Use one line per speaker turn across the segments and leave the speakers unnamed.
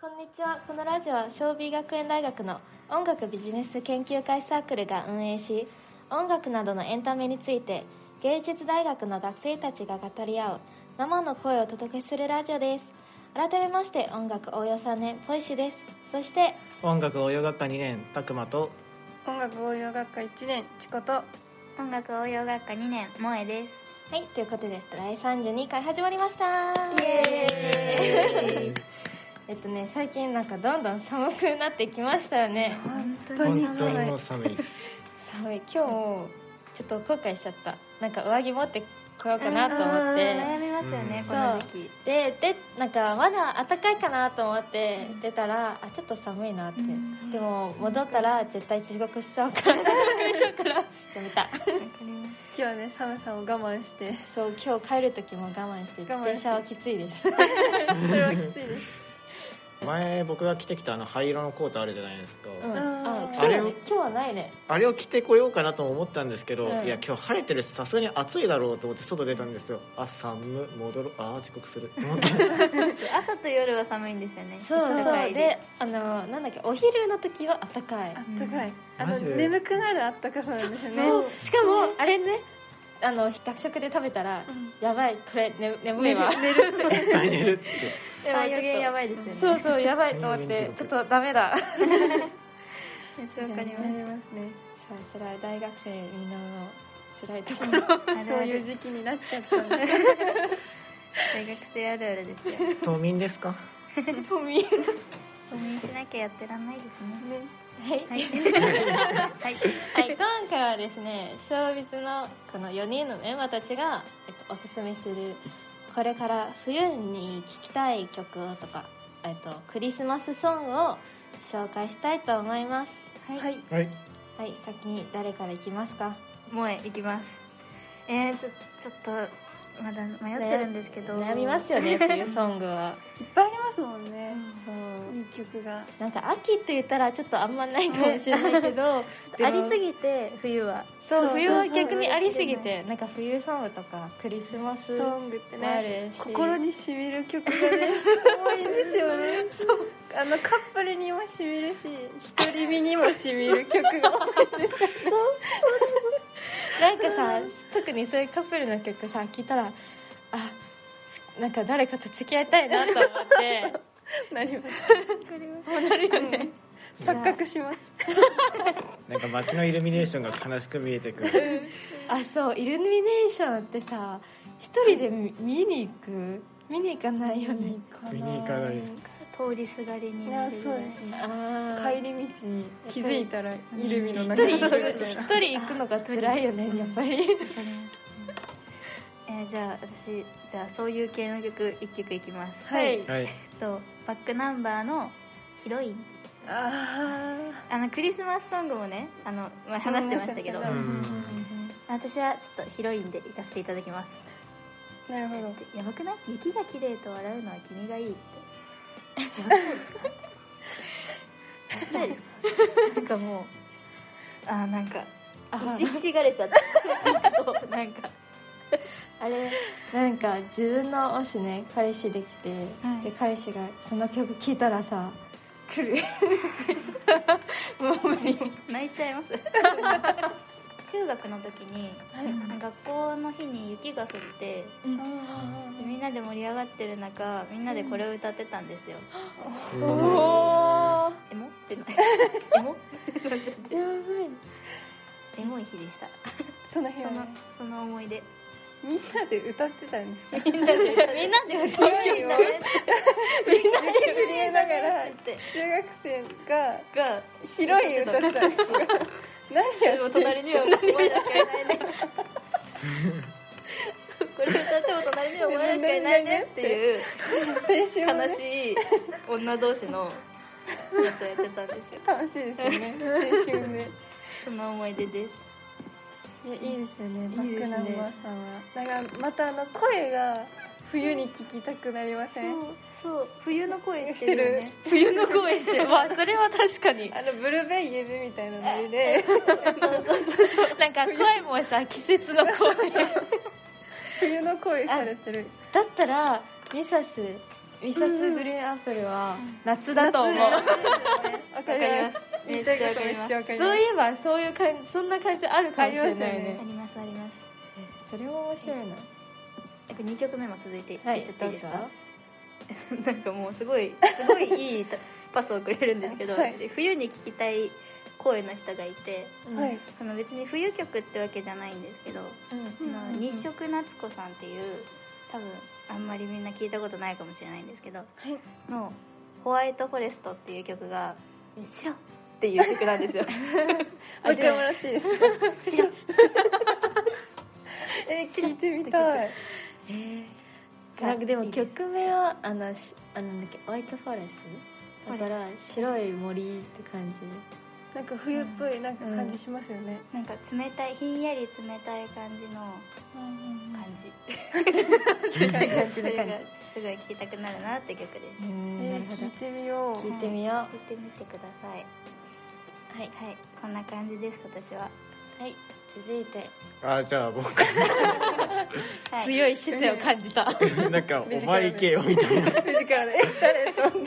こんにちはこのラジオは小 B 学園大学の音楽ビジネス研究会サークルが運営し音楽などのエンタメについて芸術大学の学生たちが語り合う生の声をお届けするラジオです改めまして音楽応用3年ポイシですそして
音楽応用学科2年たくまと
音楽応用学科1年チコと
音楽応用学科2年萌えです
はいということで第32回始まりました
イエ
え
えっとね最近なんかどんどん寒くなってきましたよね
ー
本当
本
に
当に
寒い
もう寒いです
寒い今日ちょっと後悔しちゃったなんか上着持ってこようかなと思って
悩みますよね、
うん
この時期
ででなんかまだ暖かいかなと思って出たらあちょっと寒いなって、
うん
でも戻ったら絶対遅刻しちゃう から遅刻しちゃうからやめた
今日ね寒さを我慢して
そう今日帰る時も我慢して自
我慢
転
して
車はきついです
それはきついです
前僕が着てきたあの灰色のコートあるじゃないですか、
うん
あ
あ
ー
そうだ
あれ
ね
を
今日はないね
あれを着てこようかなとも思ったんですけど、
うん
いや今日晴れてるしさすがに暑いだろうと思って外出たんですよあ寒い戻ろうあー遅刻すると思って
朝と夜は寒いんですよね
そう
暖か
そう
い
であのなんだっけお昼の時は暖かい
あったかい、あ
マ
の
ジで
眠くなるあったかさなんですよね
そうしかもあれねあの学食で食べたら、やばいこれ、ね、眠いわ
寝る寝る
絶対寝るって
でもちょっと
ばいですよね
そうそうやばいと思ってちょっとダメだ
めっちゃわかります
ね
ね
そうそれは大学生みんなの辛いとこ ろ
あるある
そういう時期になっちゃったんで
大学生あるあるですよ
冬眠ですか
冬眠
冬眠しなきゃやってらんないですね
はい、
はいはい
はい、今回はですねショービズのこの4人のメンバーたちが、えっと、おすすめするこれから冬に聴きたい曲とか、えっと、クリスマスソングを紹介したいと思います
はい、
はい
はい
はい先に誰からいきますか
萌えいきますえー、ちょちょっとまだ迷ってるんですけど
悩みます よね冬ソングはい
っぱいありますもんね、
そう
いい曲が
なんか秋って言ったらちょっとあんまないかもしれないけ どで
あ
も
りすぎて冬は
そう冬は
そうそう
逆にありすぎてなんか冬ソングとかクリスマス
ソングって
もあ
ね
るし
心にしみる曲がね多いんですよねあのカップルにもしみるし独り身にもしみる曲が多い
なんかさ特にそういうカップルの曲さ聞いたらあすなんか誰かと付き合いたいなと思 って
な ります
なるよね
錯覚します
なんか街のイルミネーションが悲しく見えてくる
あそうイルミネーションってさ一人で見見に行く見に行かないよね
見に行かないです
通りすがりに
い
な
や
る
そうですね
あー
帰り道に気づいたらイルミの
一
中
人
に
行く一人行くのが辛いよねやっぱり
わかりますえー、じゃあ私じゃあそういう系の曲一曲いきます
はい
はい
えっとバックナンバーの「ヒロイン
あ」
あのクリスマスソングもねあの、まあ、話してましたけど
うん
うん
私はちょっとヒロインで行かせていただきます
あなるほど
でやばくない雪が綺麗と笑うのは君がいいってやばくないですかやばくないですかなんかもうあーなんか
あ
打ちひしがれちゃったちょっとなんか
あれなんか自分の推しね彼氏できて、
はい
で彼氏がその曲聴いたらさ来る もう無理
泣いちゃいます中学の時に、学校の日に雪が降ってでみんなで盛り上がってる中みんなでこれを歌ってたんですよ、
うん
おー
エモってないエモ
や
エモい日でした
その辺
そ
は
のその思い出
みんなで歌ってたんですみんな
ばいみんなで歌う曲
みんなで
で震えながら 中
って
学生が
が
広い歌ってたんですが何や
でも隣にはお前らしかいないねこれ歌っても隣にはお前らしかいないねっていう
青春を
悲
ね
しい女同士のやつをやっちゃったんですよ
楽しいですよね青春で
その思い出です
いやいいですよね
い
バ
い
ッ
で
ク
すね
ナンバーさんはなんかまたあの声が冬に聞きたくなりません
そう冬の声
し
してて
る
る
よ
よ
ね
ね
冬の声して まあそれは確かに
あのブルーベイ夢みたいなノリで
なんか声もさ季節の声
冬の声されてる
だったらミサスミサツグリーンアップルは夏だと思う
夏
わか
わ
ります
す言いたいことめっちゃわかります
そういえばそういう感じそんな感じあるかもしれないね
ありますよ
ありますあります
それも面白いな
約2曲目も続いていっちゃ
は
っ
い
ていいです
どう
か
ぞ、
なんかもうすごいすごいいいたパスをくれるんですけど、
はい
私冬に聴きたい声の人がいて
うん
はい
その別に冬曲ってわけじゃないんですけど、
うん
うん
あの日食夏子さんっていう多分あんまりみんな聞いたことないかもしれないんですけど、の「ホワイトフォレスト」っていう曲が「白」っていう曲なんですよ
もう一回もらっていいですか
白
え聞いてみたい
えーなんかでも曲名はあのしあのなんだっけホワイトフォレストだから白い森って感じ
なんか冬っぽいなんか感じしますよね、
なんか冷たいひんやり冷たい感じの感じ、それ
い感じな感
が
じ
すごい聴きたくなるなって曲です
うーんな
え
る
ー、
ほ
聞い
ど
てみよ
聞いてみようは
聴いてみてください
い
はいこんな感じです私は、
はい続いて
あじゃあ僕
はい、
強い姿勢を感じた
なんかお前行けよみたいな
う自らね誰と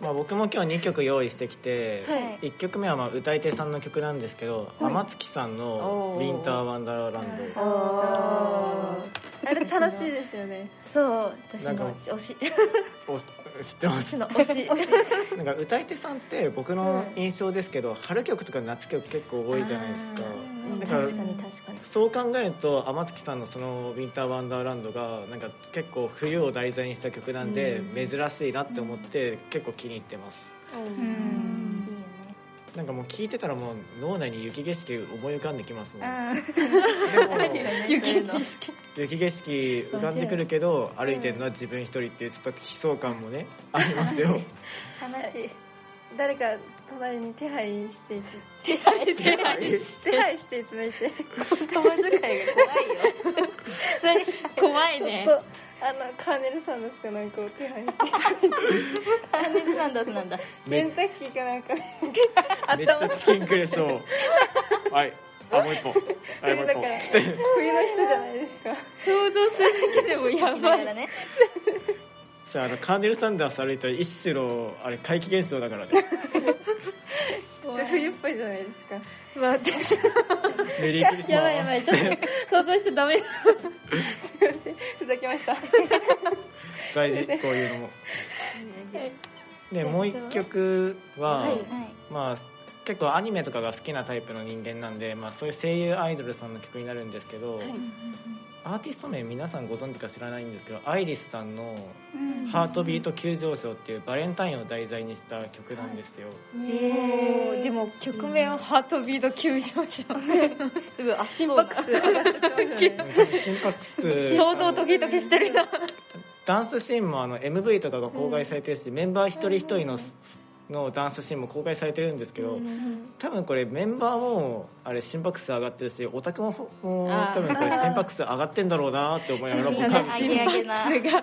まあ僕も今日2曲用意してきて、
はい
1曲目はまあ歌い手さんの曲なんですけど、天月さんの
お
「ウ
ー
ィンター・ワンダーランド」
おー
あれ楽しいですよね
そう私
なんか
の推 し
お知ってま
私
す
の推し
なんか歌い手さんって僕の印象ですけど、春曲とか夏曲結構多いじゃないです
あ
か
ー
うん
うん
だから
確かに確かに
そう考えると天月さんのその「ウィンター・ワンダーランド」がなんか結構冬を題材にした曲なんで
うん
珍しいなって思って結構気に入ってます
うーんいいよね
なんかもう聴いてたらもう脳内に雪景色思い浮かんできますもんでも
受験意 識
雪景色浮かんでくるけど歩いてるのは自分一人っていうちょっと悲壮感もねありますよ
悲しい
誰か隣に手配していて
手配手配
手配していただいて
言葉遣いが怖いよ
それ怖いね
とあのカーネルサンダスかなんかを手配して
カーネルサンダスなんだ
ケ
め
ンタッキーかなんか
めっちゃチキンくれそうはいあもう一本はいもう一
だから
本つって
冬の人じゃないですか
想像するだけでもや
だか
ば
ら
い
ね
さああのカーネル・サンダース歩いたら一種のあれ怪奇現象だからね
冬っぽいじゃないで
私
すか
メリークリスマス
やばいやばいちょっと想像しちゃダメ
ふざけました
大事こういうのもでもう一曲は、
はい
はい
まあ結構アニメとかが好きなタイプの人間なんで、まあ、そういう声優アイドルさんの曲になるんですけど、アーティスト名皆さんご存知か知らないんですけどアイリスさんの
うん
「ハートビート急上昇」っていうバレンタインを題材にした曲なんですよ、
おーでも曲名はハートビート急上昇
すごいあ心
ボックス上がってますよね
心拍数
相当ドキドキしてるな
ダンスシーンもあの MV とかが公開されてるし、メンバー一人一人の,、のダンスシーンも公開されてるんですけど、多分これメンバーもあれ心拍数上がってるしオタクもほもう
あー
多分これ心拍数上がってんだろうなって思いながら
みん
僕
な
は
ね
心
上げな
が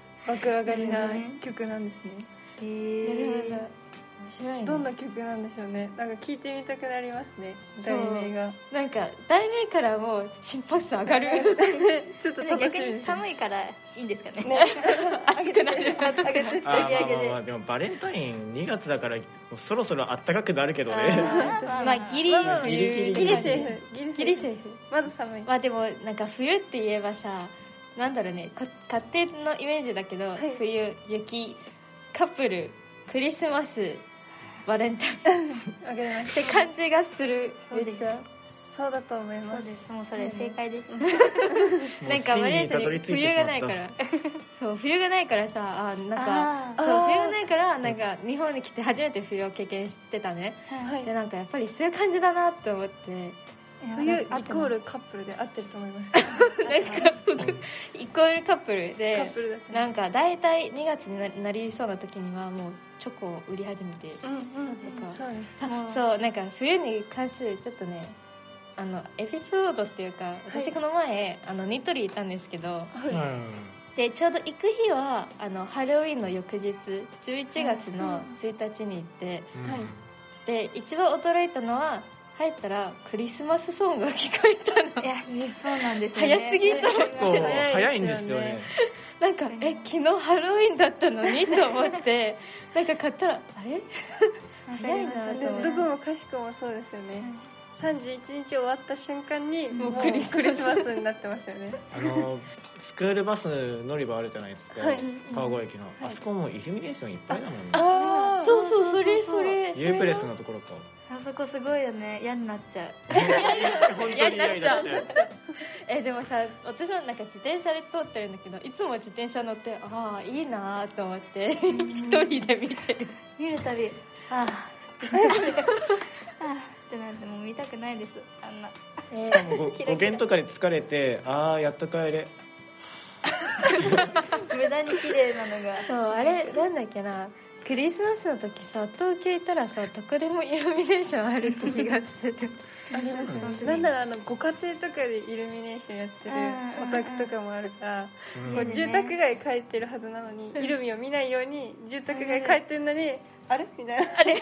爆上がりな曲なんですね
え
なる
ー
ほど面白いね
どんな曲なんでしょうねなんか聴いてみたくなりますね
そ
題
う
名が
なんか題名からもう心拍数上がる
ちょっと楽し
逆
み
に
です
寒いからいいんですかね
熱くなる
上げて
あーまあ
上げ
まあ
で
まあでもバレンタイン2月だからもうそろそろあったかくなるけどね
あー
まあギリ
まあ
ギリギリ
ギリセ
ギリ
ーフギリ
ギリセーフ
まだ寒い
まあでもなんか冬って言えばさなんだろうねか勝手のイメージだけど、
い
冬雪カップルクリスマスバレンタインっ
わかりましてた
感じがする
めっちゃそうだと思い
そ
ま
う
す
ですもうそれ正解です
なかマレーシア
もうん真理にたど
に
り着い
冬
てし
が
ま
な
っ
いか
た
ら そう冬がないからさあーなんか
あー
そう
あー
冬がないからなんか日本に来て初めて冬を経験してたね
はい
でなんかやっぱりそういう感じだなって思って
冬イコ
あと
ールカップルで合ってると思いますカ
なんか僕イコールカップルで
ップルだった
なんか大体2月にななりそうな時にはもうチョコを売り始めて
うんうん
そう
そうで
さそうなんか冬に関するちょっとねあのエピソードっていうか私この前、あのニトリいたんですけど
すはい
でちょうど行く日はあのハロウィンの翌日11月の1日に行って、
うん
はい
で一番驚いたのは入ったらクリスマスソングが聞こえた
い
の
やそうなんですよね
早すぎと思って
構早いんですよね
なんかえ昨日ハロウィンだったのにと思ってなんか買ったらあれ早いなと思っ
どこもかしくもそうですよね31日終わった瞬間に
も
も
う
う
ク
ク
リ
リ
スマス
スマスになってますよね
あのスクールバス乗り場あるじゃないですか、
はい
川越駅の、あそこもうイルミネーションいっぱいだもんね
あ
あー
そうそうそれそれ
ユープレスのところか
あそこすごいよね嫌になっちゃう
本
当に嫌になっちゃ
う
えでもさ私もなんか自転車で通ってるんだけどいつも自転車乗ってああいいなーと思って一人で見てる
見るたびああああってなってもう見たくないですあんな
しかもご語源とかで疲れてああやっと帰れ
無駄に綺麗なのが
そうあれなんだっけなクリスマスの時さ東京行ったらさどこでもイルミネーションあるって気がして て
あります
本当に
なんならあのご家庭とかでイルミネーションやってる
うん
お宅とかもあるから
うん
こう
ね
住宅街帰ってるはずなのにイルミを見ないように住宅街帰ってんのにあれみたいなあれ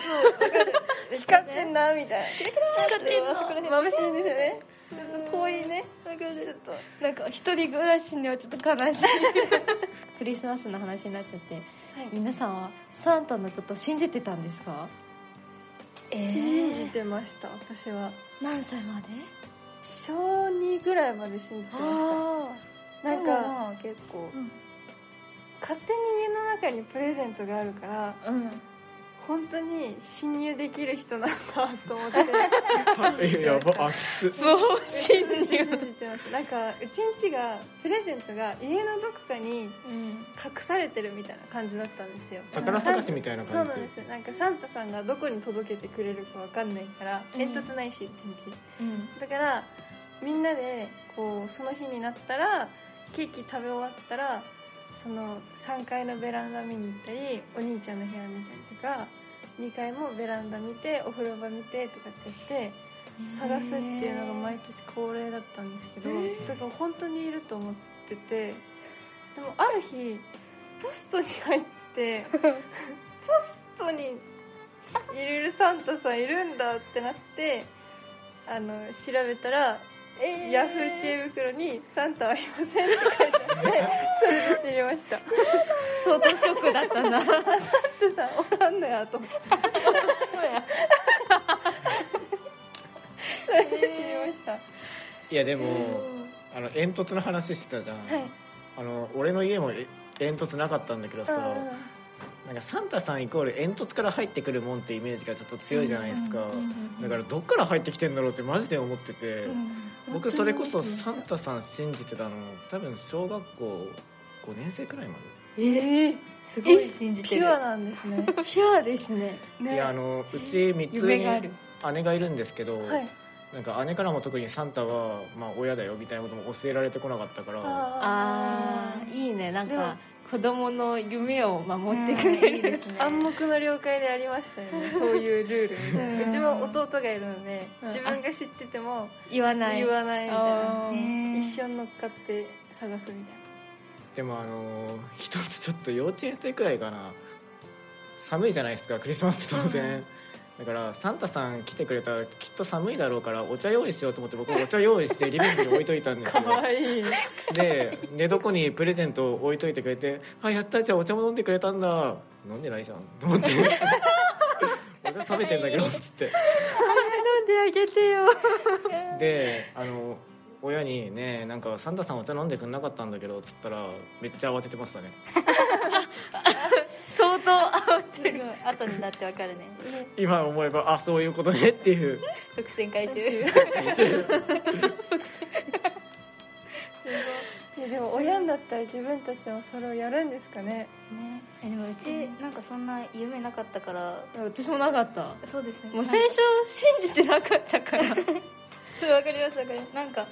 光ってんなみたいな光
ってんな
眩しいんですよねちょっと遠いねちょっと
なんか一人暮らしにはちょっと悲しい クリスマスの話になっちゃって皆さんはサンタのこと信じてたんですかえ
信じてました私は
何歳まで
小2ぐらいまで信じてま
あ
したなん
でも
か
まあ結構
勝手に家の中にプレゼントがあるから
あうん
本当に侵入できる人なんだと 思って
えやばあきつ
そう信
信
じ
じてますなんかうちんちがプレゼントが家のどこかに
うん
隠されてるみたいな感じだったんですよ
宝探しみたいな感じ
そうなんですよなんかサンタさんがどこに届けてくれるかわかんないから
うん
煙突ないし一日
うん
だからみんなでこうその日になったらケーキ食べ終わったらその3階のベランダ見に行ったりお兄ちゃんの部屋見たりとか2階もベランダ見てお風呂場見てとかってやって探すっていうのが毎年恒例だったんですけどだから本当にいると思っててでもある日ポストに入って ポストにいるサンタさんいるんだってなってあの調べたら、ヤフー知恵袋に「サンタはいません」って書いてあって それで知りました
相当ショックだったな
サンタさんおらんのやと思ってそれで知りました、
いやでもあの煙突の話してたじゃん、
はい
あの俺の家もえ煙突なかったんだけどさ、なんかサンタさんイコール煙突から入ってくるもんってイメージがちょっと強いじゃないですか、だからどっから入ってきてんだろうってマジで思ってて、僕それこそサンタさん信じてたの多分小学校5年生くらいま
ええ
すごい信じ
ピ
てる
ュアなんですね
ピュアですね
で、
ね
いやあのうち3つ上
夢
に
がある
姉がいるんですけど、
はい
なんか姉からも特にサンタは、まあ、親だよみたいなことも教えられてこなかったから
あーいいねなんか子供の夢を守ってく
うんい
れ
い
る、
ですね
暗黙の了解でありましたよ ねそういうルールみたいな
うん
うちも弟がいるので
うん
自分が知ってても
言わない
言わないみたいな
あー
ね
一緒に乗っかって探すみたい
でもあの一つちょっと幼稚園生くらいかな寒いじゃないですかクリスマスって当然、だからサンタさん来てくれたらきっと寒いだろうからお茶用意しようと思って僕お茶用意してリビングに置いといたんですよ
なかわいい
で寝床にプレゼントを置いといてくれて「あやったじゃあお茶も飲んでくれたんだ飲んでないじゃん」と思って 「お茶冷めてんだけど」っつって
飲んであげてよ
であの親にねなんかサンタさんお茶飲んでくんなかったんだけどっつったらめっちゃ慌ててましたね
相当慌てる
後になってわかるね
今思えばあそういうことねっていう
伏線回 収
いやでも親になったら自分たちもそれをやるんですかね
ねえでもうちなんかそんな夢なかったから
私もなかった
そうですね
もう最初信じてなかったから
初わかりますわかりますなんか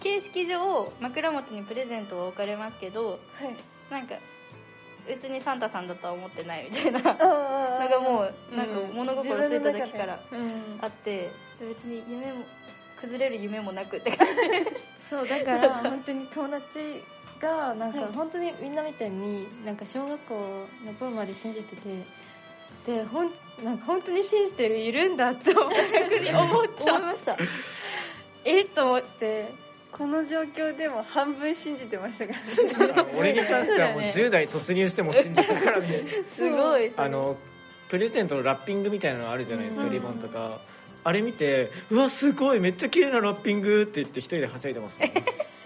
形式上枕元にプレゼントは置かれますけど
はい
なんか別にサンタさんだとは思ってないみたいななんか
あ
もう、
うん
なんか物心ついた時
自分の中
か
で
ら
うん
あって別に夢も崩れる夢もなくって感じ
そうだ から本当に友達がなんか本当にみんなみたいになんか小学校の頃まで信じててでほんなんか本当に信じてるいるんだと逆に思っちゃ
思いうました
えっと思って
この状況でも半分信じてましたからね
俺に関してはもう10代突入しても信じてるからね
すごい
あのプレゼントのラッピングみたいなのあるじゃないですか、
うん
リボンとかあれ見て「うわすごいめっちゃ綺麗なラッピング」って言って一人ではしゃいでます、ね、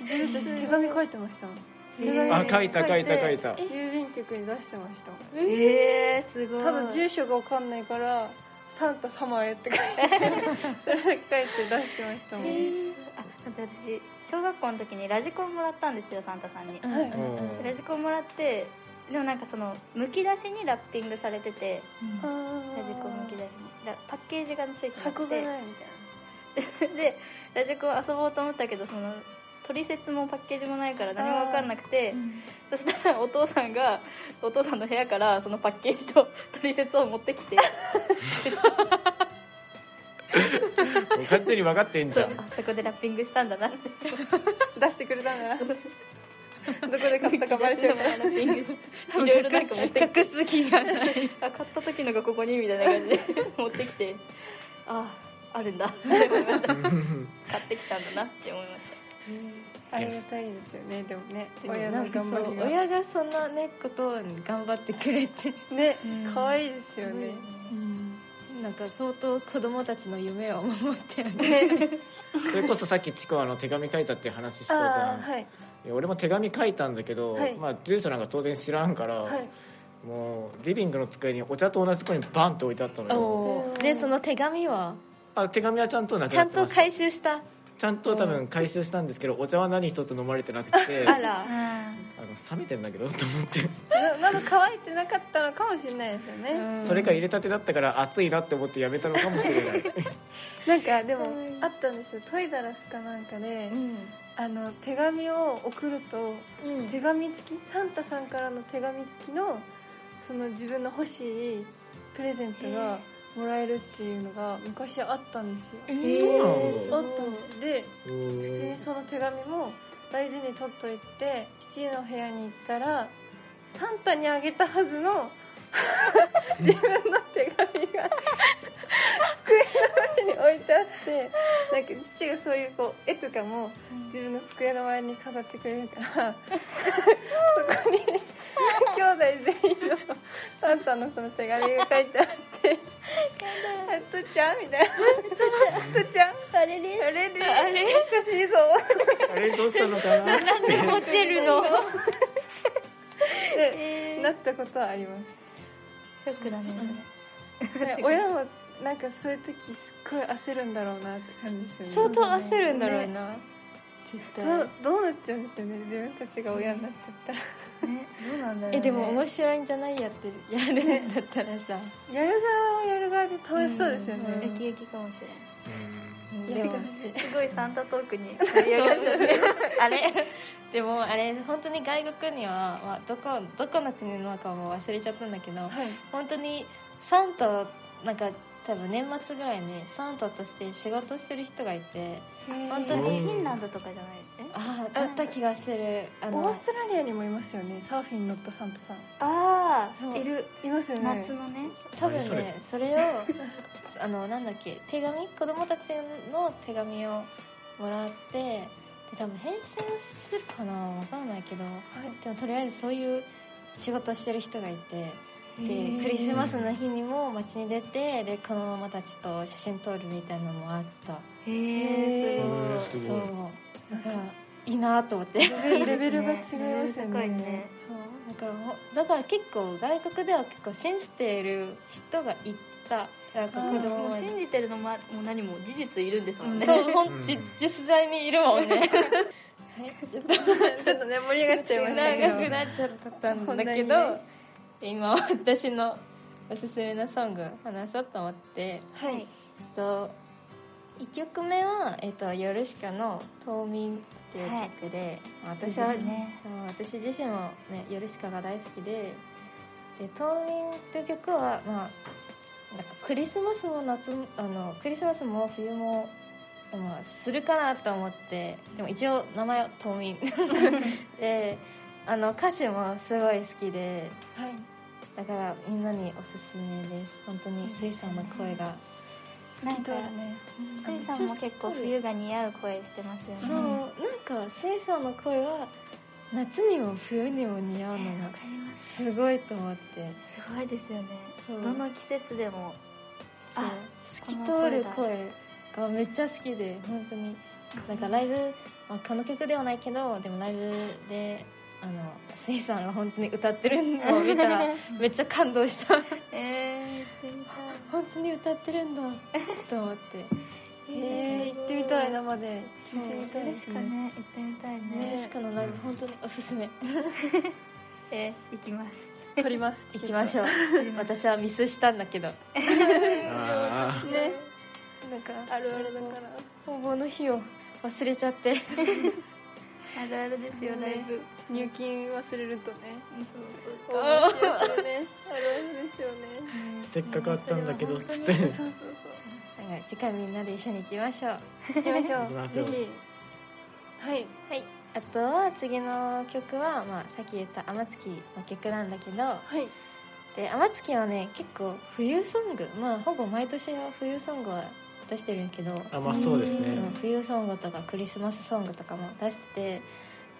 自分たち手紙書いてましたもん
え
手紙
あ書いた書いた書い
て
た
郵便局に出してましたもん
えー、すごい
ただ住所が分かんないから「サンタ様へ」って書い てそれ書いて出してましたもん、
あだって私小学校の時にラジコンもらったんですよサンタさんに、
うん
はい
うんうん
ラジコンもらってでもなんかそのむき出しにラッピングされてて
あー
ラジコンむき出しにだパッケージがついてな
箱
く
が
て
ないみたい な
でラジコン遊ぼうと思ったけどその取説もパッケージもないから何も分かんなくてそしたらお父さんがお父さんの部屋からそのパッケージと取説を持ってきて
もう完全に分かってんじ
そ
ゃ
うんあそこでラッピングしたんだなって
出してくれたんだなどこで買ったかバレちゃ う から
ラッピングしていろいろなんか持ってきて
隠す気がない
あ買った時のがここにみたいな感じで 持ってきてあああるん だって思いました買ってきたんだなって思いまし
ありがたいですよねでもね
でも
親
な
の
んか
頑
そ
張
う
りが
親がそんなねことを頑張ってくれて、
ね
うん
可愛いですよね
なんか相当子供たちの夢を守ってる
それこそさっきチコあの手紙書いたっていう話したじゃ
あ
ん、
あはい
いや俺も手紙書いたんだけど、
はい
まあ、住所なんか当然知らんから、
はい
もうリビングの机にお茶と同じところにバンって置いてあったのよ
うん
でその手紙は
あ手紙はちゃんとなく
ち
な
ゃ
っ
ん
てま
と
した
回収した
ちゃんと多分回収したんですけどお茶は何一つ飲まれてなくて
あら
あ
た
の冷めてんだけどと思って
なまだ乾いてなかったのかもしれないですよね、
うん
それか入れたてだったから熱いなって思ってやめたのかもしれ ない
なんかでも
うん
あったんですよトイザラスかなんかで
うん
あの手紙を送ると
うん
手紙付きサンタさんからの手紙付きのその自分の欲しいプレゼントがもらえるっていうのが昔あったんですよ
え
そう
あ
な
ったんですで普通にその手紙も大事に取っといて父の部屋に行ったらサンタにあげたはずの 自分の手紙が机の前に置いてあってなんか父がそういうこう絵とかも自分の机の前に飾ってくれるからそこに兄弟全員のサンタのその手紙が書いてあって「あとっちゃん?」みたいな「とっちゃん
あれで
あれであれ難しいぞ」
あれどうしたのかなって
持ってるの
ってなったことはありま
ショックだね
す、ね親もなんかそういう時すっごい焦るんだろうなって感じですよ
相
ね
当焦るんだろうな絶対
どうどうなっちゃうんですよね自分たちが親になっちゃったら、
ねどうなんだろう、ね、
えでも面白いんじゃないやってやるんだったらさ
やる側はやる側で楽しそうですよ
うん
ね、
ウキウキかもしれない
でも
すごいサンタトークに盛り上がったね
あれでもあれ本当に外国には、まあ、どこどこの国のかも忘れちゃったんだけど
はい
本当にサンタをなんか多分年末ぐらいにサンタとして仕事してる人がいて
本
本
当
当に
に
フィンランドとかじゃないえ
ああだった気がするあ
オー
の
ストラリアにもいますよねサーフィンに乗ったサンタさん
あ
そう
あいる
いますよね
夏のね
多分ねそれを あのなんだっけ手紙子供たちの手紙をもらってで多分返信をするかなわかんないけどでもとりあえずそういう仕事してる人がいてでクリスマスの日にも街に出てでこのママたちと写真撮るみたいなのもあった
へ
へ
ー
え
す
す
ご
そ
い
うだからいいなと思ってそう
はいレベルが違いますよね
レベル高いね
だからほだから結構外国では結構信じている人がいたなんか
あ
子
ご
ー
い
供
も
は
う信じてるのもあもう何も事実いるんですもんね
そうほ
うん
んじ実在にいるもんねはいちょっと
ちょっとね盛り上がっちゃいましたけど
長くなっちゃったんだけ
本題に
ど、今私のおすすめのソング話そうと思って、
はい
えっと、1曲目は「えっと、ヨルシカの「冬眠」っていう曲で、私は、
いいですね
そう私自身も、ね、ヨルシカが大好きで「で冬眠」っていう曲は、まあ、なんかクリスマスも夏もあのクリスマスも冬も、まあ、するかなと思ってでも一応名前は「冬眠」であの歌詞もすごい好きで
はい
だからみんなにおすすめです本当にスイさんの声が、
なん
き通
か
るね
スイさんも結構冬が似合う声してますよね
そうなんかスイさんの声は夏にも冬にも似合うの
わ
が
かります
すごいと思って
すごいですよね
そ
ど
う
の季節でも
あ
そう
透き通る声がめっちゃ好きで本当になんかライブ、まあ、この曲ではないけどでもライブであのスイさんが本当に歌ってるのを見た らめっちゃ感動した
えー、行ってみた い
本当に歌ってるんだと思って
えー、行ってみたい生で
そう
聞いてみたい
でしかね行ってみたいね
ねシカのライブ本当におすすめ
えー、行きます
撮ります
行きましょう私はミスしたんだけど
あ
ね
なんか
あるあるだから
応募の日を忘れちゃって
あるあるですよ
ね
ライブ
入金忘れるとね
そう
大泣きですよねあるあるですよね
ーせっかくあったんだけど
うん
つっ
そ
て
れは本
そうそう
なんか次回みんなで一緒に行きましょう
そう行きましょう
行きましょう
ぜひはい
はいあとは次の曲は、まあ、さっき言った天月の曲なんだけど
はい
で天月はね結構冬ソングまあほぼ毎年の冬ソングは出してるんやけど
あまあそうです
う
ね
ん冬ソングとかクリスマスソングとかも出してて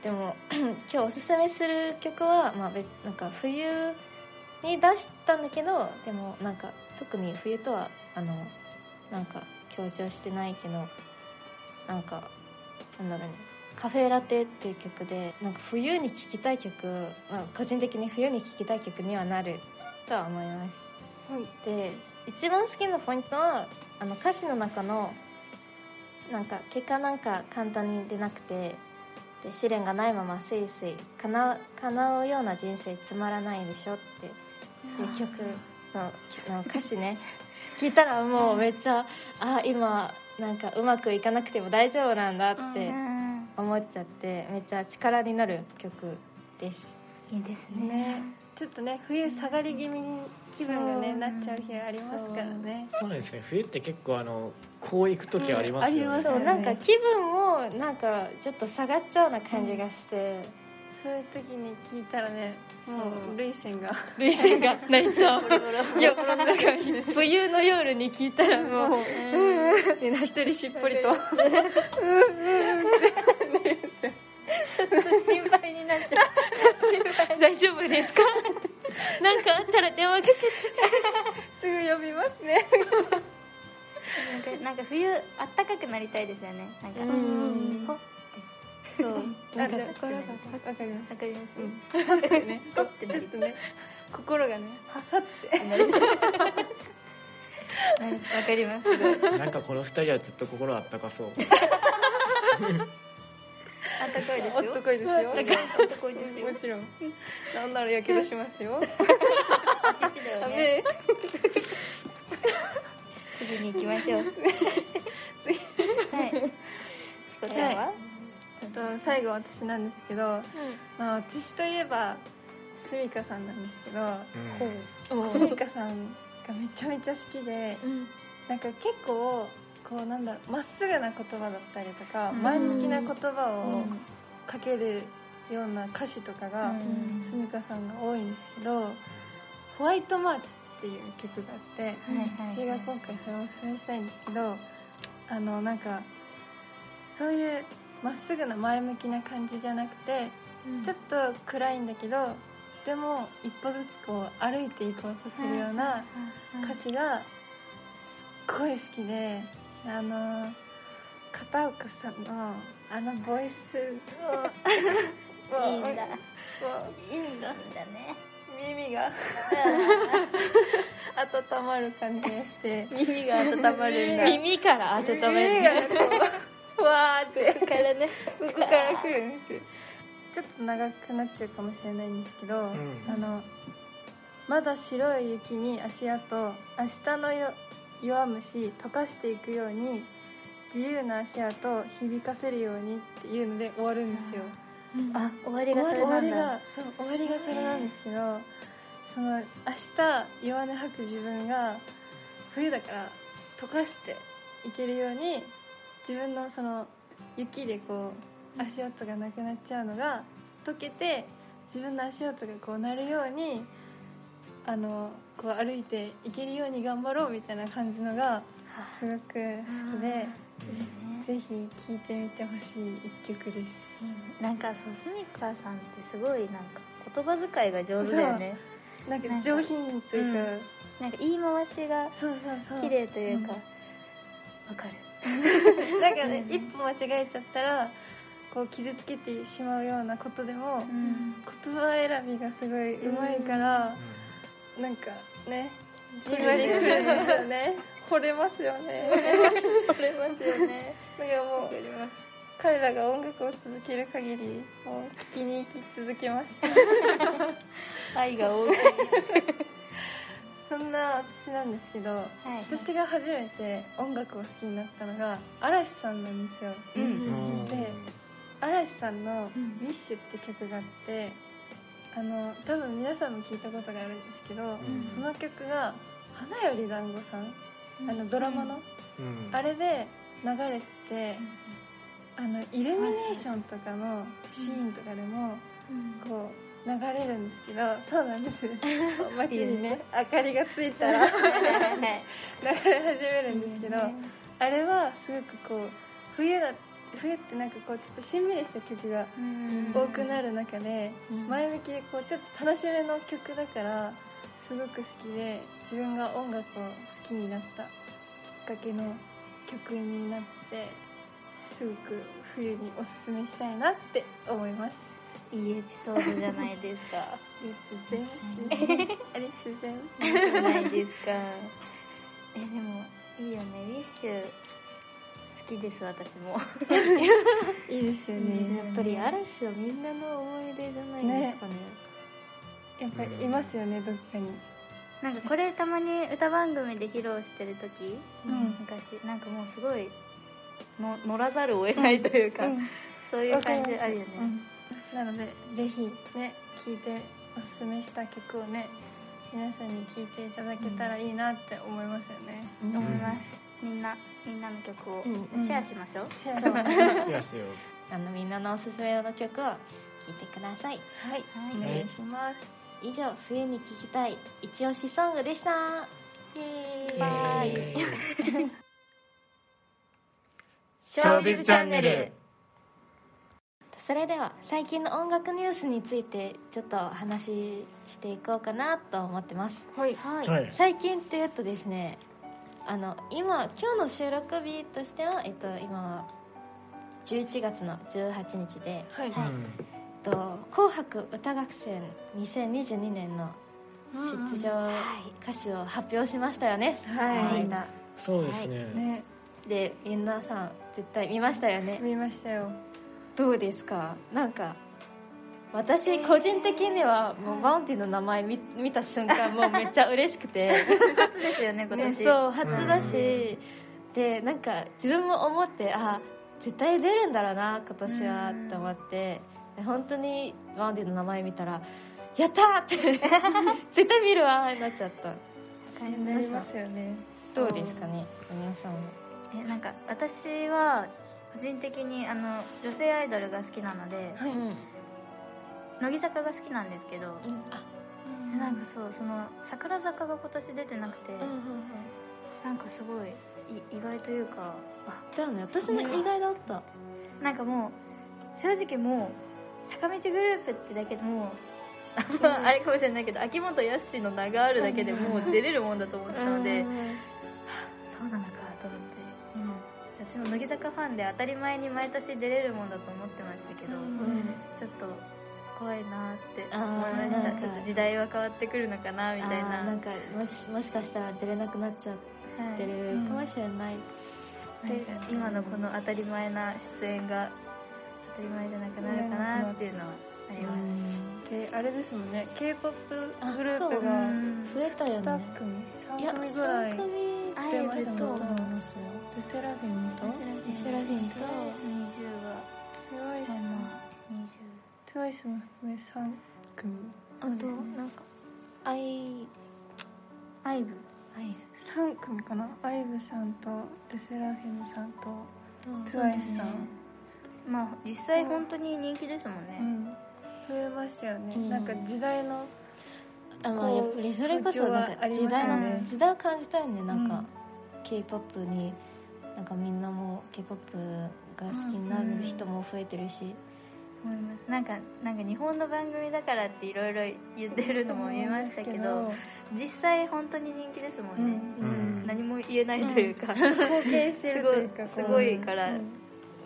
でも 今日おすすめする曲は、まあ、別なんか冬に出したんだけどでもなんか特に冬とはあのなんか強調してないけどなんかなんだろうね「カフェラテ」っていう曲でなんか冬に聴きたい曲、まあ、個人的に冬に聴きたい曲にはなるとは思います
はい
で一番好きなポイントはあの歌詞の中のなんか結果なんか簡単に出なくてで試練がないまますいすい叶う叶うような人生つまらないでしょっていう曲のの歌詞ね 聞いたらもうめっちゃあ今なんかうまくいかなくても大丈夫なんだって
うん
思っちゃってめっちゃ力になる曲です
いいですね
ねちょっとね冬下がり気味に気分がね
そう
なっちゃう日ありますからね
そうなんですね冬って結構あのこう行く時あります
うん
よ
あり
ね
ま
そ
す
うなんか気分もなんかちょっと下がっちゃうな感じがして、
そういう時に聞いたらねも
そう
う涙腺が
涙腺が泣いちゃういやなんか 冬の夜に聞いたらもう
一人しっぽりと
と
心配になっちゃ
「大丈夫ですか?」 なんかあったら電話かけて
すぐ呼びますね
うなんかなんか冬あったかくなりたいですよねなんか、
うん
ほわ
そう
あ
な
でも
んか
心がわかりま
かり
す
ます、
うんですよね
ほってな
ちょ
り
ったと
い
ね心がねははって
うんわかりますすごい
なんかこの二人はずっと心あったか そう
あったかいです
おっ
よ
とこいですよ
あった
かいあったかいですよ
もちろんなんならやけどしますよ
父だよ
ダ
ね
メ
次に行きましょうはいチコちゃんは、
あと最後私なんですけどまあ私といえばスミカさんなんですけど
うん
スミカさんがめちゃめちゃ好きで
うん
なんか結構こうなんだろうまっすぐな言葉だったりとか
うん
前向きな言葉
うん
をかけるような歌詞とか
う
が
ん
スミカさんが多いんですけど「ホワイトマーチ」っていう曲があって
はいはい
私が今回それをおすすめしたいんですけどあのなんかそういうまっすぐな前向きな感じじゃなくてちょっと暗いんだけどでも一歩ずつこう歩いていこうとするような歌詞がすっごい好きであの片岡さんのあのボイスを
いいんだいいんだ
も
いいんだね
う耳が温まる感じがして
耳が温まるんだ
耳から温め
耳
る
がねこうわーって
からね
ここから来るんですちょっと長くなっちゃうかもしれないんですけど、あのまだ白い雪に足跡明日のよ弱虫溶かしていくように自由な足跡を響かせるようにっていうので終わるんですよ
あ終わり
終
が
わ
そ
り
れ
終
な
わ
ん
り
だ
がそう終わりがそれなんですけど、その明日弱音吐く自分が冬だから溶かしていけるように自分のその雪でこう足音がなくなっちゃうのが溶けて自分の足音がこう鳴るようにあのこう歩いて行けるように頑張ろうみたいな感じのがすごく好きでぜひ聴いてみてほしい一曲です
なんかそうスミカさんってすごいなんか言葉遣いが上手だよね
なんか
なんか
上品というか、
なんか言い回しが
そうそうそう
綺麗というか
う
わ、かる
なんかね一歩間違えちゃったらこう傷つけてしまうようなことでも、
ん
言葉選びがすごい上手いから、なんかねじんわりくるんですよね惚れますよ ね
取れますよね。
だからもう彼らが音楽を続ける限りもう聴きに行き続けます
愛が多い。
そんな私なんですけど
はい
私が初めて音楽を好きになったのが嵐さんなんですよ
うん。
うん
で嵐さんの「ウィッシュって曲があってあの多分皆さんも聞いたことがあるんですけど、
ん
その曲が「花より団子さん」あのドラマの、
うん
あれで流れてて、あのイルミネーションとかのシーンとかでもこう流れるんですけどそうなんです街にね明かりがついたら流れ始めるんですけど、あれはすごくこう冬だ冬ってなんかこうちょっとしんみりした曲が多くなる中で前向きでこうちょっと楽しめの曲だからすごく好きで自分が音楽を好きになったきっかけの曲になってすごく冬におすすめしたいなって思います
いいエピソードじゃないですか
ありがとうございますありがとうございま
いいじゃな
す
いですかえでもいいよねウィッシュ好きです私も
いいですよね
やっぱり嵐はみんなの思い出じゃないですかね
やっぱりいますよねどっかに
なんかこれたまに歌番組で披露してる時、
うん
昔なんかもうすごいの乗らざるを得ないというか、そういう感じあるよね、
なのでぜひね聞いておすすめした曲をね皆さんに聞いていただけたらいいなって思いますよね、
思いますみんなみんなの曲を
うん
シェアしましょう、
シェアします
よしよ
あのみんなのおすすめの曲を聴いてください
はい
はい
お願いします
以上冬に聴きたい一押しソングでしたイエーイバイ
イエーイ
ショービズチャンネル
それでは最近の音楽ニュースについてちょっとお話ししていこうかなと思ってます
はい
はい
はい
最近っていうとですねあの今今日の収録日としては、えっと、今は11月の18日で
はい
うん
えっと「紅白歌合戦2022年」の出場歌手を発表しましたよね、
はい
この間
そうですね
ね
で皆さん絶対見ましたよね
見ましたよ
どうですかなんか私個人的にはもうバウンティの名前見見た瞬間もうめっちゃ嬉しくて、
初ですよね今
ね、
年、
そう初だしでなんか自分も思ってあ絶対出るんだろうな今年は
うん
と思ってで本当にバウンディの名前見たら「やった!」って絶対見るわーになっちゃった
なりますよね
どうですかね皆さんも
えなんか私は個人的にあの女性アイドルが好きなので
はい
うん
乃木坂が好きなんですけど、
あ
えなんかそうその桜坂が今年出てなくて、
うんうんうん
なんかすごいい意外というかあ
だよね私も意外だった
なんかもう正直もう坂道グループってだけでもう あれかもしれないけど秋元康の名があるだけでもう出れるもんだと思ってたので、
うん
そうなのかと思って、私も乃木坂ファンで当たり前に毎年出れるもんだと思ってましたけど、
うん
ちょっと怖いなって
あー
思いまし
な
た
んか
ちょっと時代は変わってくるのかなみたいな
あーんかもしもしかしたら出れなくなっちゃっ
はい
てるかもしれない、
で今のこの当たり前な出演が当たり前じゃなくなるかなっていうのはあります、
であれですもんね k p o p グルー
あそう
プ
う
が
うん
増えたよね
2組
いや
3組ぐら
3
い
組
出ま
出
したた
と
も
思
ん
い
ね
ますよ
ルセラフィムと
エシュラフィンと
20は
TWICE
まあ
も
まあ
TWICE も含め3組
あとなんかアイ
20アイブ
アイ
3組かな IVE さんとルセラフィムさんと
と
TWICE さん
まあ実際本当に人気ですもんね、
うん、増えましたよね、
うん
なんか時代の
あまあやっぱりそれこそなんか時代の、
ね
時代を感じたよねなんか、k p o p になんかみんなも k p o p が好きになる人も増えてるし、
思いますなんかなんか日本の番組だからっていろいろ言ってるのも見ましたけど実際本当に人気ですもんね、
うん
うん
何も言えないというか、
貢献してるというか
すごい
こう
すごいから
うん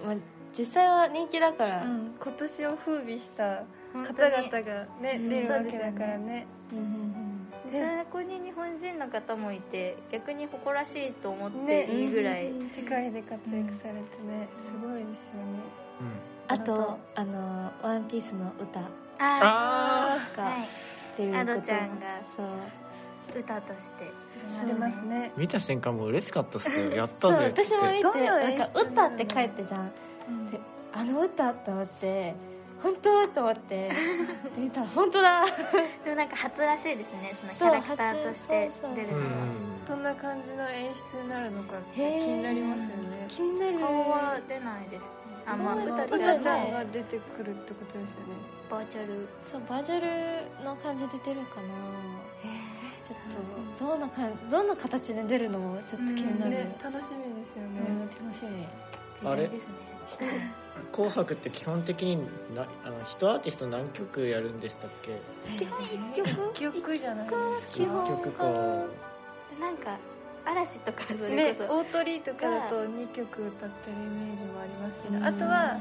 まあ、実際は人気だから、う
う
ん
ん今年を風靡した
本
方
当
々
に
がね
うん
出るわけだからね
うんうん
ね
そこに日本人の方もいて逆に誇らしいと思っていいぐらい、
うん
世界で活躍されてねすごいですよね
あとあの「ワンピースの歌
あ
ああは
が
い
出ることも
アドちゃんが
そう
歌として
出ますね
見た瞬間もう嬉しかったっすよやった
そう
ぜって
私も見
ど
て
んな演
なん
出
か「歌」って書いてじゃん
うん
であの歌と思って本当と思って見たら本当だ
でもなんか初らしいですねそのキャラクターとして出る
う
の
ん
は、
どんな感じの演出になるのかって気
へー
になりますよね
気になる
顔は出ないですあまあ
うん
歌
う
ち
歌
ゃ
た
ん
ちゃん
の
が出てくるってことですよね
バーチャル
そうバージョルの感じで出るかなちょっとどんなかんどんな形で出るのもちょっと気になる、
ね楽しみですよ
う
ね
ん、楽しみ
時代ですね
紅白って基本的になあの一アーティスト何曲やるんでしたっけ
基本1曲
記憶じゃない
基本
何曲か
かな
なんか嵐とかそれ
ね
こそ、
大鳥とかだと2曲歌ってるイメージもありますけどあとは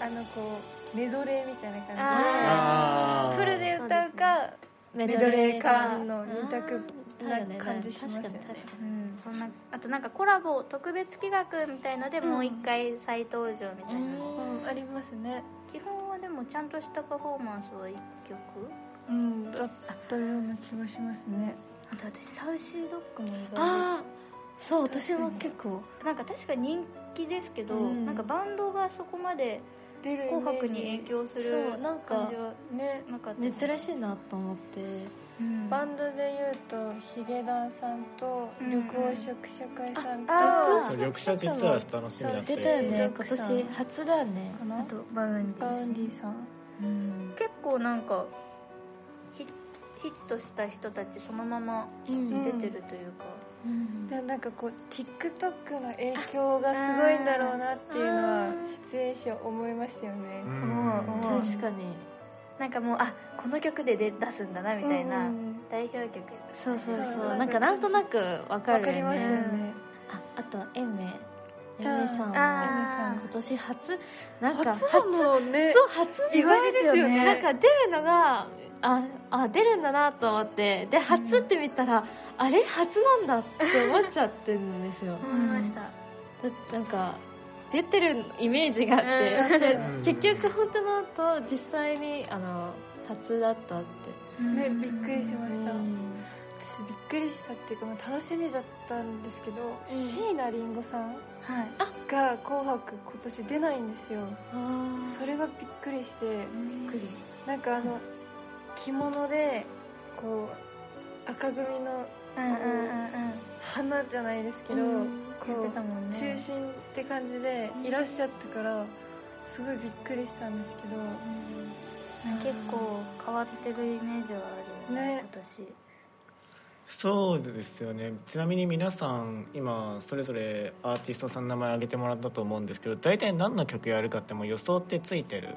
あのこうメドレーみたいな感
あ
じ
ー
でフルで歌うか
メ
ドレーかの二択な感じしますよね
確かに確か
うん、そんなあとなんかコラボ特別企画みたいのでもう一回再登場みたいな、
に
うんありますね
基本はでもちゃんとしたパフォーマンスは1曲
うんだったような気がしますね
あと私サウシードッグも意外
ああそう私も結構
でなんか確か人気ですけど、
うん
なんかバンドがそこまで
出る
「
イメージ
紅白」に影響す
そう
る
なんか
感じは
ね
なかった
珍
です
しいなと思って
うん
バンドでいうとヒゲダンさんと
うん
緑黄色社会さんと
あ
あ
緑茶実は楽しみだった
出
よ
たよね今
緑さん
年初だよね
かな
あとバウンデ
バウン
ィ
ディさん
うん、
結構なんかヒヒットした人たちそのまま出てるというか、
うん
でもなんかこう TikTok の影響がすごいんだろうなっていうの
あ
は
ー
出演者思いましたよね
うん
思う思う
確かに
なんかもうあこの曲で出出すんだなみたいな、
うん
代表曲
そうそうそう
そう
なんかなんとなくわか
わ
る
か
よね
りますよね
ああと延命延命さんは
あー
今年初なんか初
初はもうね
そう初
意外ですよね
なんか出るのがああ出るんだなと思ってで初って見たら、あれ初なんだって思っちゃってるんですよ
思いました、
だなんか出てるイメージがあって、
うん
うん
結局本当のと実際にあの初だったって、
ねびっくりしました、
うん
私びっくりしたっていうか、まあ、楽しみだったんですけど
ん
椎名林檎さん
はい
が「紅白」今年出ないんですよ
あー
それがびっくりして
びっくり
なんかあの着物でこう赤組の
うんうんうんうん
花じゃないですけど、
うん
こ
言って
う
たもんね
中心って感じでいらっしゃったからすごいびっくりしたんですけど
結構変わってるイメージはある
ね
今年
そうですよねちなみに皆さん今それぞれアーティストさんの名前挙げてもらったと思うんですけど大体何の曲やるかってもう予想ってついてる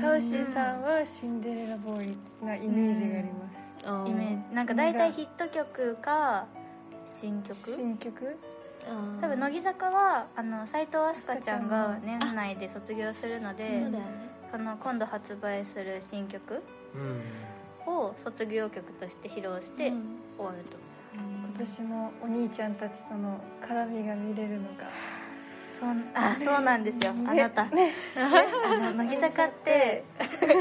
サウシーさんはシンデレラボーイなイメージがあります、
あ
イメージなんか大体ヒット曲か新曲
新曲
あー
多分乃木坂はあの斉藤飛鳥ちゃんが年内で卒業するの
そうだ
で
よね
あの今度発売する新曲
うん
を卒業曲として披露して
うん
終わると、
今年もお兄ちゃんたちとの絡みが見れるのが
そんあそうなんですよ、あ なた、あの乃木坂って
あれ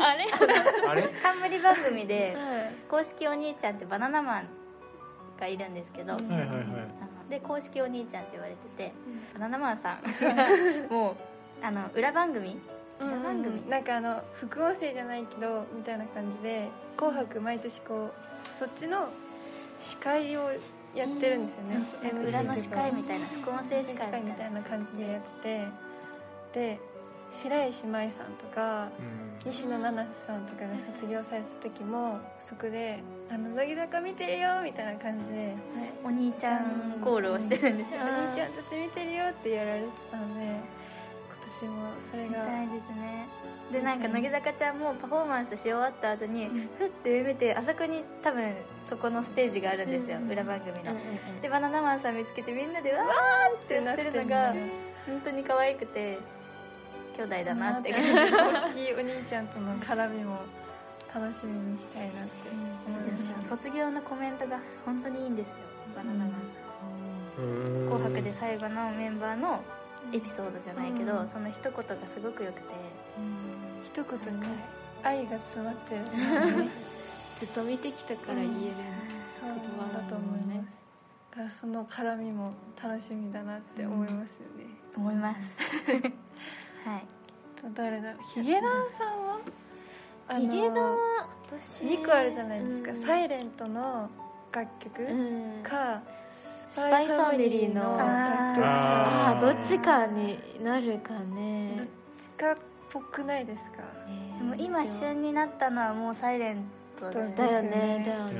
あれ
冠番組で公式お兄ちゃんってバナナマンがいるんですけど、
うん
はいはいはい
あので公式お兄ちゃんって言われてて、バナナマン さんもうあの裏番組裏番組、
なんかあの副音声じゃないけどみたいな感じで「紅白」毎年こうそっちの司会をやってるんですよね、
なんか裏の司会みたいな副音声司
司会
会み
み
た
た
い
い
な
な感じでやっててで白石麻衣さんとか
うん
西野七瀬さんとかが卒業された時もそこで「あの乃木坂見てるよ」みたいな感じで
お兄ちゃんコールをしてるんです
「お
よ
兄ちゃんたち見てるよ」ってやられてたので今年もそれ
み
が
たいですねでなんか乃木坂ちゃんもパフォーマンスし終わった後に、
うん
ふって上見てあそこに多分そこのステージがあるんですよ、
うん
裏番組の、
うん
でバナナマンさん見つけてみんなでわーってなってるの
っ
が
てなって
本当に可愛くて兄弟だなって
公式お兄ちゃんとの絡みも楽しみにしたいなって思いました
卒業のコメントが本当にいいんですよバナナマンさん
うん
紅白で最後のメンバーのエピソードじゃないけど、
うん
その一言がすごく良くて
一言に愛が詰 まってる
ずっと見てきたから言える
そうだと思います、だからその絡みも楽しみだなって思いますよね、
思 いますはい
あと誰だヒゲダンさんはあの
ヒゲダンは
2個あるじゃないですか
うん
「サイレントの楽曲
うん
か
スパイファミリーの
楽曲
あ
か
ああどっちかになるかね
どっちかっぽくないですか
えー
でも今旬になったのはもう「サイレントですね
だよねだよ
い
ね
や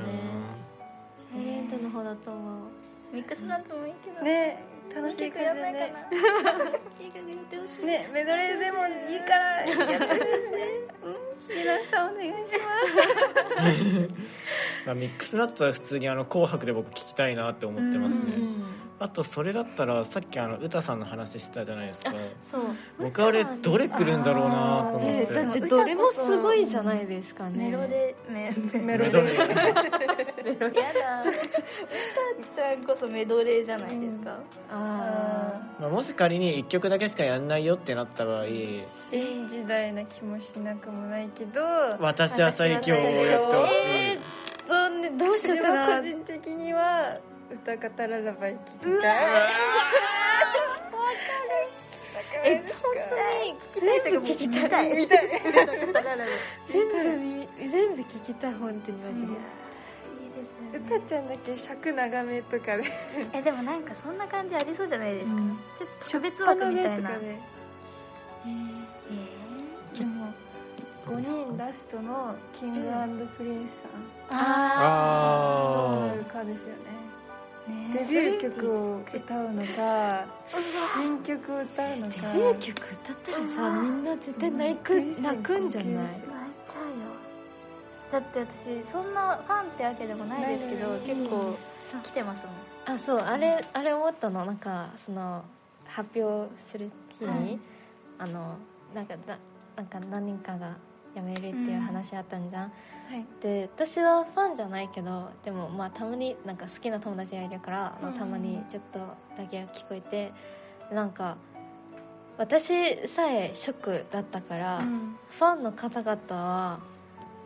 サイレントの方だと思う
ミックスナッツもいいけど
ね楽しい
曲や
感
んな
じで
いか
ね
ないい曲言ってほしい
ねメドレーでもいいからやってくださいね皆さんお願いし
まあミックスナッツは普通にあの紅白で僕聞きたいなって思ってますね、
うん
あとそれだったらさっきあの歌さんの話してたじゃないですか
そう
僕あれどれ来るんだろうなと思って
えーだってどれもすごいじゃないですかね
メロでメ
ますメ
メド
ロデ
レ
ィー
ー
やだ歌ちゃんこそメドレーじゃないですか、
ああ
まあもし仮に1曲だけしかやんないよってなった場合
新時代な気もしなくもないけど
私は最強をやってほしい、
そうねどうしようかな個人的には歌方ララバイ聞きたい
え本当に全部聞きたい
みたい
全部耳全部聞きたい本当にマジで
いいですね
歌ちゃんだけ尺長めとかで
えでもなんかそんな感じありそうじゃないですか、ちょっと特別
あ
枠
の
みたい
ねと
な、
かで
え
でも5人ラストのキングプリンスさんどう
あ
な
ー
るかですよね
ーね
デビュー曲を歌うのか新曲を歌うのか
デビュー曲歌ったらさみんな絶対泣く泣くんじゃない
泣いちゃうよだって私そんなファンってわけでもないですけど
ない
い
結構
そう
来てますもん
あそうあれあれ思ったのなんかその発表する日に、
はい
あのなんかだなんか何人かが辞めるっていう話あったんじゃん、
い
で私はファンじゃないけどでもまあたまになんか好きな友達がいるから、まあ、
うん
たまにちょっとだけ聞こえてなんか私さえショックだったから、ファンの方々は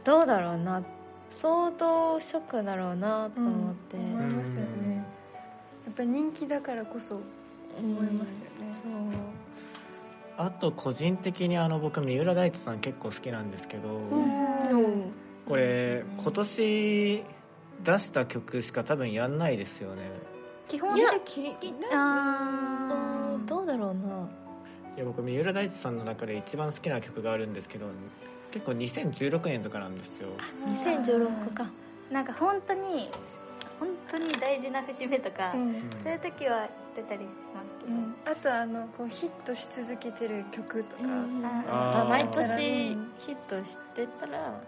どうだろうな相当ショックだろうなと思って、
うん思いますよ
うん
ねやっぱ人気だからこそ思いますよね、
うんそう
あと個人的にあの僕三浦大知さん結構好きなんですけど、
うん
これ今年出した曲しか多分やんないですよね
基本
いや
あ
うんどうだろうない
や僕三浦大知さんの中で一番好きな曲があるんですけど結構2016年とかなんですよ
2016か
なんか本当に本当に大事な節目とか、
うん
うん
そういう時は出たりしますけど、
うんあとあのこうヒットし続けてる曲とか
あ
あー
毎年ヒットしてたら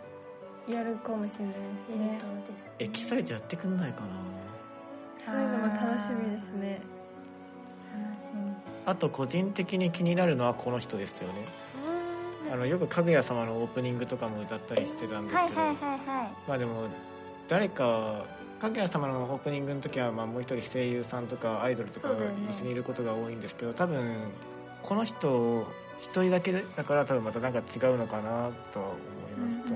やるかもしれない
ー
です
出る
ね
そうですね
エキサイトやってくんないかな
そういうのも楽しみですね
楽しみ
あと個人的に気になるのはこの人ですよねあのよく「かぐや様」のオープニングとかも歌ったりしてたんです
はい
けど、
はいはいはい
まあでも誰かかぐや様のオープニングの時はまあもう一人声優さんとかアイドルとか
そうだよね
一緒にいることが多いんですけど、多分この人一人だけだから多分またなんか違うのかなとは思いました、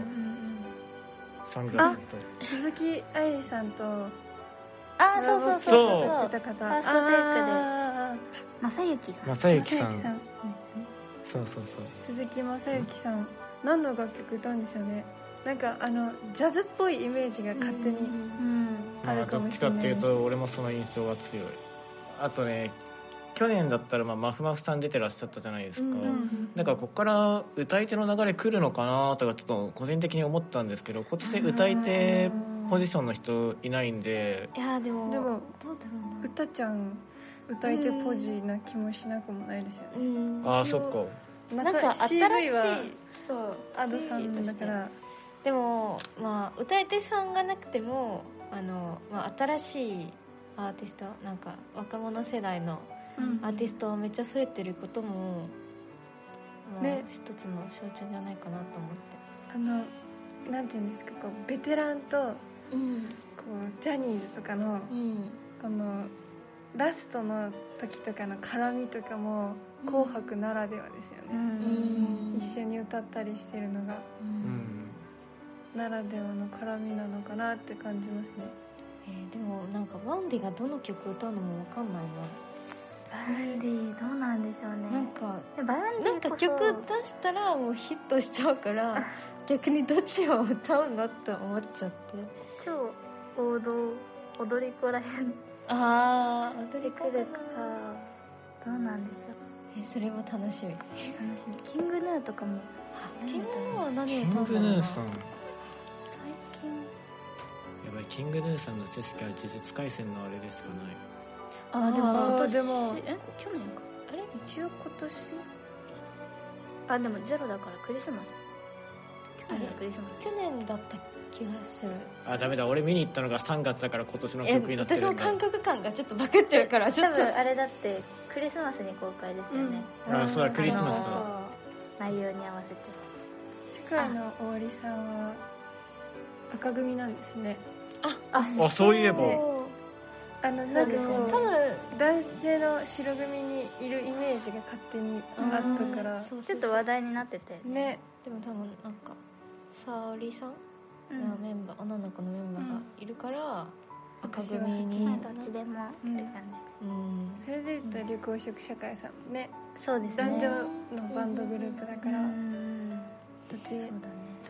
サングラスの人
鈴木愛理さんと
ああそうそうそうそう
や
そ
っ
う
てた
フ
方
ァーストテイクで正幸さん
正
イ
幸さん
ん
そうそうそう
鈴木雅之さん何の楽曲歌うんでしょうねなんかあのジャズっぽいイメージが勝手に
うん
ま
あ
あ
るか
どっ
も
ち
し
か
れ
っ
ない
ていうと俺もその印象が強いあとね去年だったらまあまふまふさん出てらっしゃったじゃないですか、
うんうん
だからここから歌い手の流れ来るのかなとかちょっと個人的に思ったんですけど今年歌い手ポジションの人いないんで
いやでも
でも
どうだろうな
うたちゃん歌い手ポジな気もしなくもないですよね
うん
ああそっか
なんか新しい
CV は
そう
アドさんだから
でもまあ歌い手さんがなくてもあの、まあ、新しいアーティストなんか若者世代のアーティストめっちゃ増えてることも、まあ
ね
一つの象徴じゃないかなと思って。
あのなんていうんですかこうベテランとこ
うん
うジャニーズとかの
うん
このラストの時とかの絡みとかも「紅白」ならではですよ
う
ね、
うんん
一緒に歌ったりしてるのが
うん
ならではの絡みなのかなって感じますね
えーでもなんかワンディがどの曲歌うのもわかんない
バウンディどうなんでしょう
な、
ね
なんか
でバウンデ
な
ィ
んか
こそ
曲出したらもうヒットしちゃうから逆にどっちを歌うのって思っちゃって
超王道踊り子らへん
ああ
出てくるかどうなんでしょう
えそれも楽しみ
楽しみキングヌーとかも
キングヌーは何
キ
を
ン
歌う
グ
んだ
ヌ
ろう
ー
な
さんや
最近
ばいキングヌーさんの知識は呪術廻戦のあれでしかない
あでも
あ
今
ー
年
でも
え去年か
あれ
一応今年あでもゼロだからクリスマス去年のクリスマ
去年だった気がする
あダメだ俺見に行ったのが3月だから今年の
え
曲になって
私
るんだ
の感覚感がちょっとバクってるから
ス
ちょ
多
っと
分あれだってクリスマスに公開ですよね、
うん
あそうだクリスマス
あ
だ
の内容に合わせて
世界の終わりさんは赤組なんですね
あ
あそういえば
そう
あのなん
そう
か
です
こ
よ
う
ね
多分
男性の白組にいるイメージが勝手にあったから
そう
ち
そ
ょ
う
っ
そ
と
う
話題になってて
ね
でも多分なんか沙織さん
う
の
ん
メンバー女の子のメンバーがいるから赤組
うん
に
まあどっちでもって感じ
うん
それで言ったら緑黄色社会さんもね
そうです
男女
ね
のバンドグループだから
う
ど
ん
っち
そうだ
ど
ね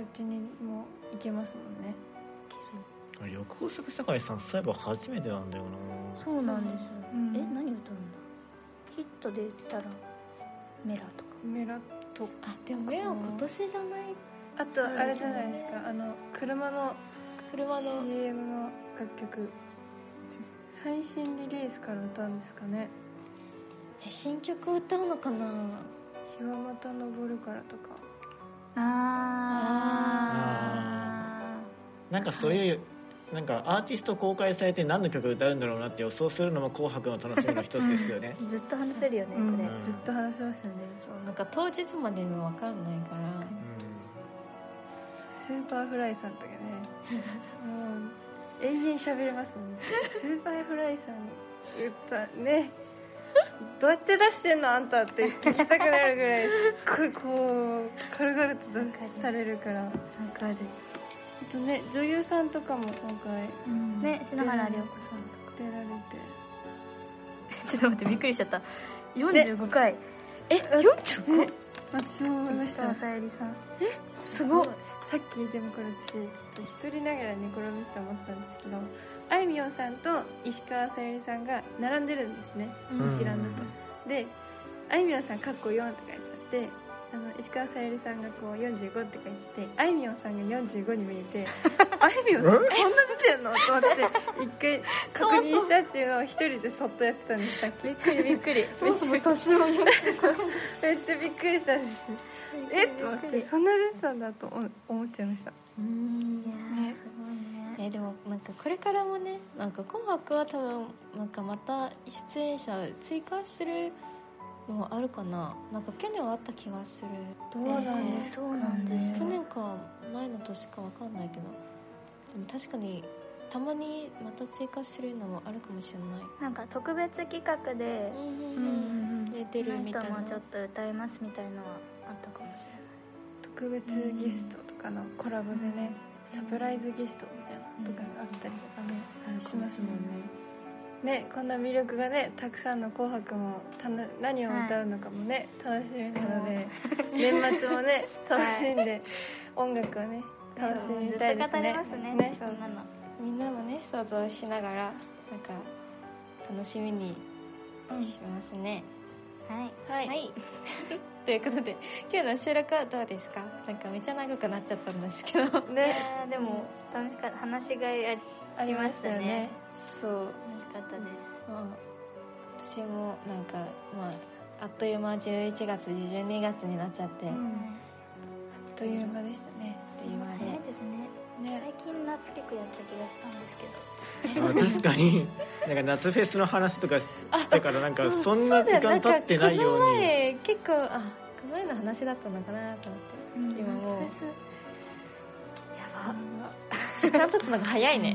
っちにも行けますもんね
緑黄色社会さんそういえば初めてなんだよな
そうなんですよ
うん
え何歌うんだヒットで言ったらメラとか
メラと
あでもメロン今年じゃない
あとあれじゃないですかあの車の
車の
CM の楽曲最新リリースから歌うんですかね
え新曲歌うのかな
「日はまた昇るから」とか
あ
なんかそういうなんかアーティスト公開されて何の曲歌うんだろうなって予想するのも「紅白」の楽しみの一つですよね
ーずっと話せるよねこ
うん
れ
うん
ずっと話しましたね
そうなんか当日までにも分かんないから
う
スーパーフライさんとかねもう永遠喋れますもんねスーパーフライさんの歌ねどうやって出してんのあんたって聞きたくなるぐらいすっごいこう軽々と出されるから
なんかある
あとね女優さんとかも今回
ね篠原涼子さん
出られて
ちょっと待ってびっくりしちゃった45回
え四45
私も思いまし
北
た
尾さゆりさん
すごいさっきでもこれ私ちょっと一人ながら寝転びした思ってたんですけどあいみょんさんと石川さゆりさんが並んでるんですね
ん
一覧だとであいみょんさんかっこ4とかやってあってあの石川さゆりさんがこう45って書いててあいみょんさんが45に見えてあいみょんさんこんな出てんのと思って一回確認したっていうのを一人でそっとやってたんですさっきびっくりびっくり
そもそも年も四
めっちゃびっくりしたんですえっと思ってそんな出てたんだと思思っちゃいました
いやーすごいね
えでもなんかこれからもねなんか「紅白」は多分なんかまた出演者追加するのもあるかななんか去年はあった気がする
ど
うなんです
そうなんです
去年か前の年かわかんないけどでも確かにたまにまた追加するのもあるかもしれない
なんか特別企画で
うんで出
こ
る
の
み
人
たいな
もちょっと歌いますみたいのはあったかもしれ
特別ゲストとかのコラボでねサプライズゲストみたいなとかがあったりとかね、しますもんねねこんな魅力がねたくさんの「紅白も」たの何を歌うのかもね、楽しみなので、年末も ね楽しんで、音楽をね
ない
楽しみたいです
ずっと
ね
語れますね
ね
そんなの
みんなもね想像しながらなんか楽しみにしますね、
はい
はい、
はい ということで今日の収録はどうですかなんかめっちゃ長くなっちゃったんですけど
いやーでも楽しかった話しがいあり
ありましたよね
そう
楽しかったです
まあ私もなんかまああっという間11月12月になっちゃって、あっ
あっという間でしたね
という間で、
早いですね
ね
最近夏結構やった気がしたんですけど
あ確かになんか夏フェスの話とかししてからなんかそんな時間経ってないよ
なん
う
かこの
に
前結構あこの前の話だったのかなと思って今もう
夏フェスやば
時間経つのが早いね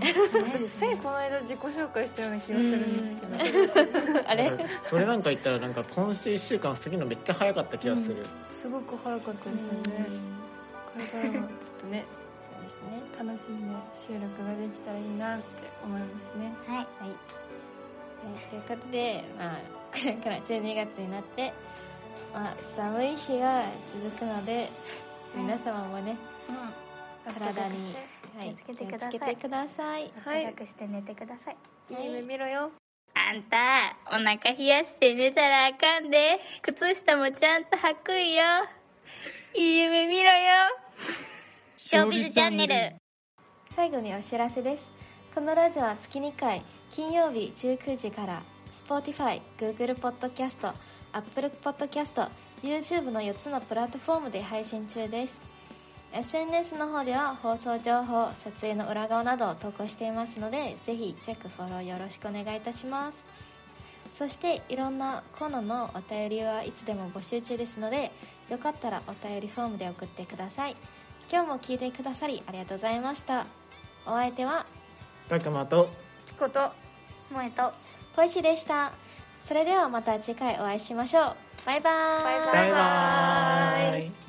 ついこの間自己紹介したような気がするんですけど
あれ
なんかそれなんか言ったらなんか今週1週間過ぎるのめっちゃ早かった気がする、
すごく早かったですよねこれからもちょっとねそうですね楽しんで収録ができたらいいなって思いますね
はい
はい、えーということで、まあ、 これから12月になって、まあ、寒い日が続くので、皆様もね、体に、はい、
気をつけてください
気をつけてください。
はい暖かくして寝てください
いい夢見ろよ
あんたお腹冷やして寝たらあかんで靴下もちゃんと履くんよいい夢見ろよショービズチャンネル
最後にお知らせですこのラジオは月2回金曜日19時から Spotify、Google Podcast、Apple Podcast、YouTube の4つのプラットフォームで配信中です SNS の方では放送情報、撮影の裏側などを投稿していますのでぜひチェックフォローよろしくお願いいたしますそしていろんなコーナーのお便りはいつでも募集中ですのでよかったらお便りフォームで送ってください今日も聞いてくださりありがとうございましたお相手は
たくまと
ピコと
萌えと
ポイシでしたそれではまた次回お会いしましょうバイバーイ
バイバーイ
バイバーイ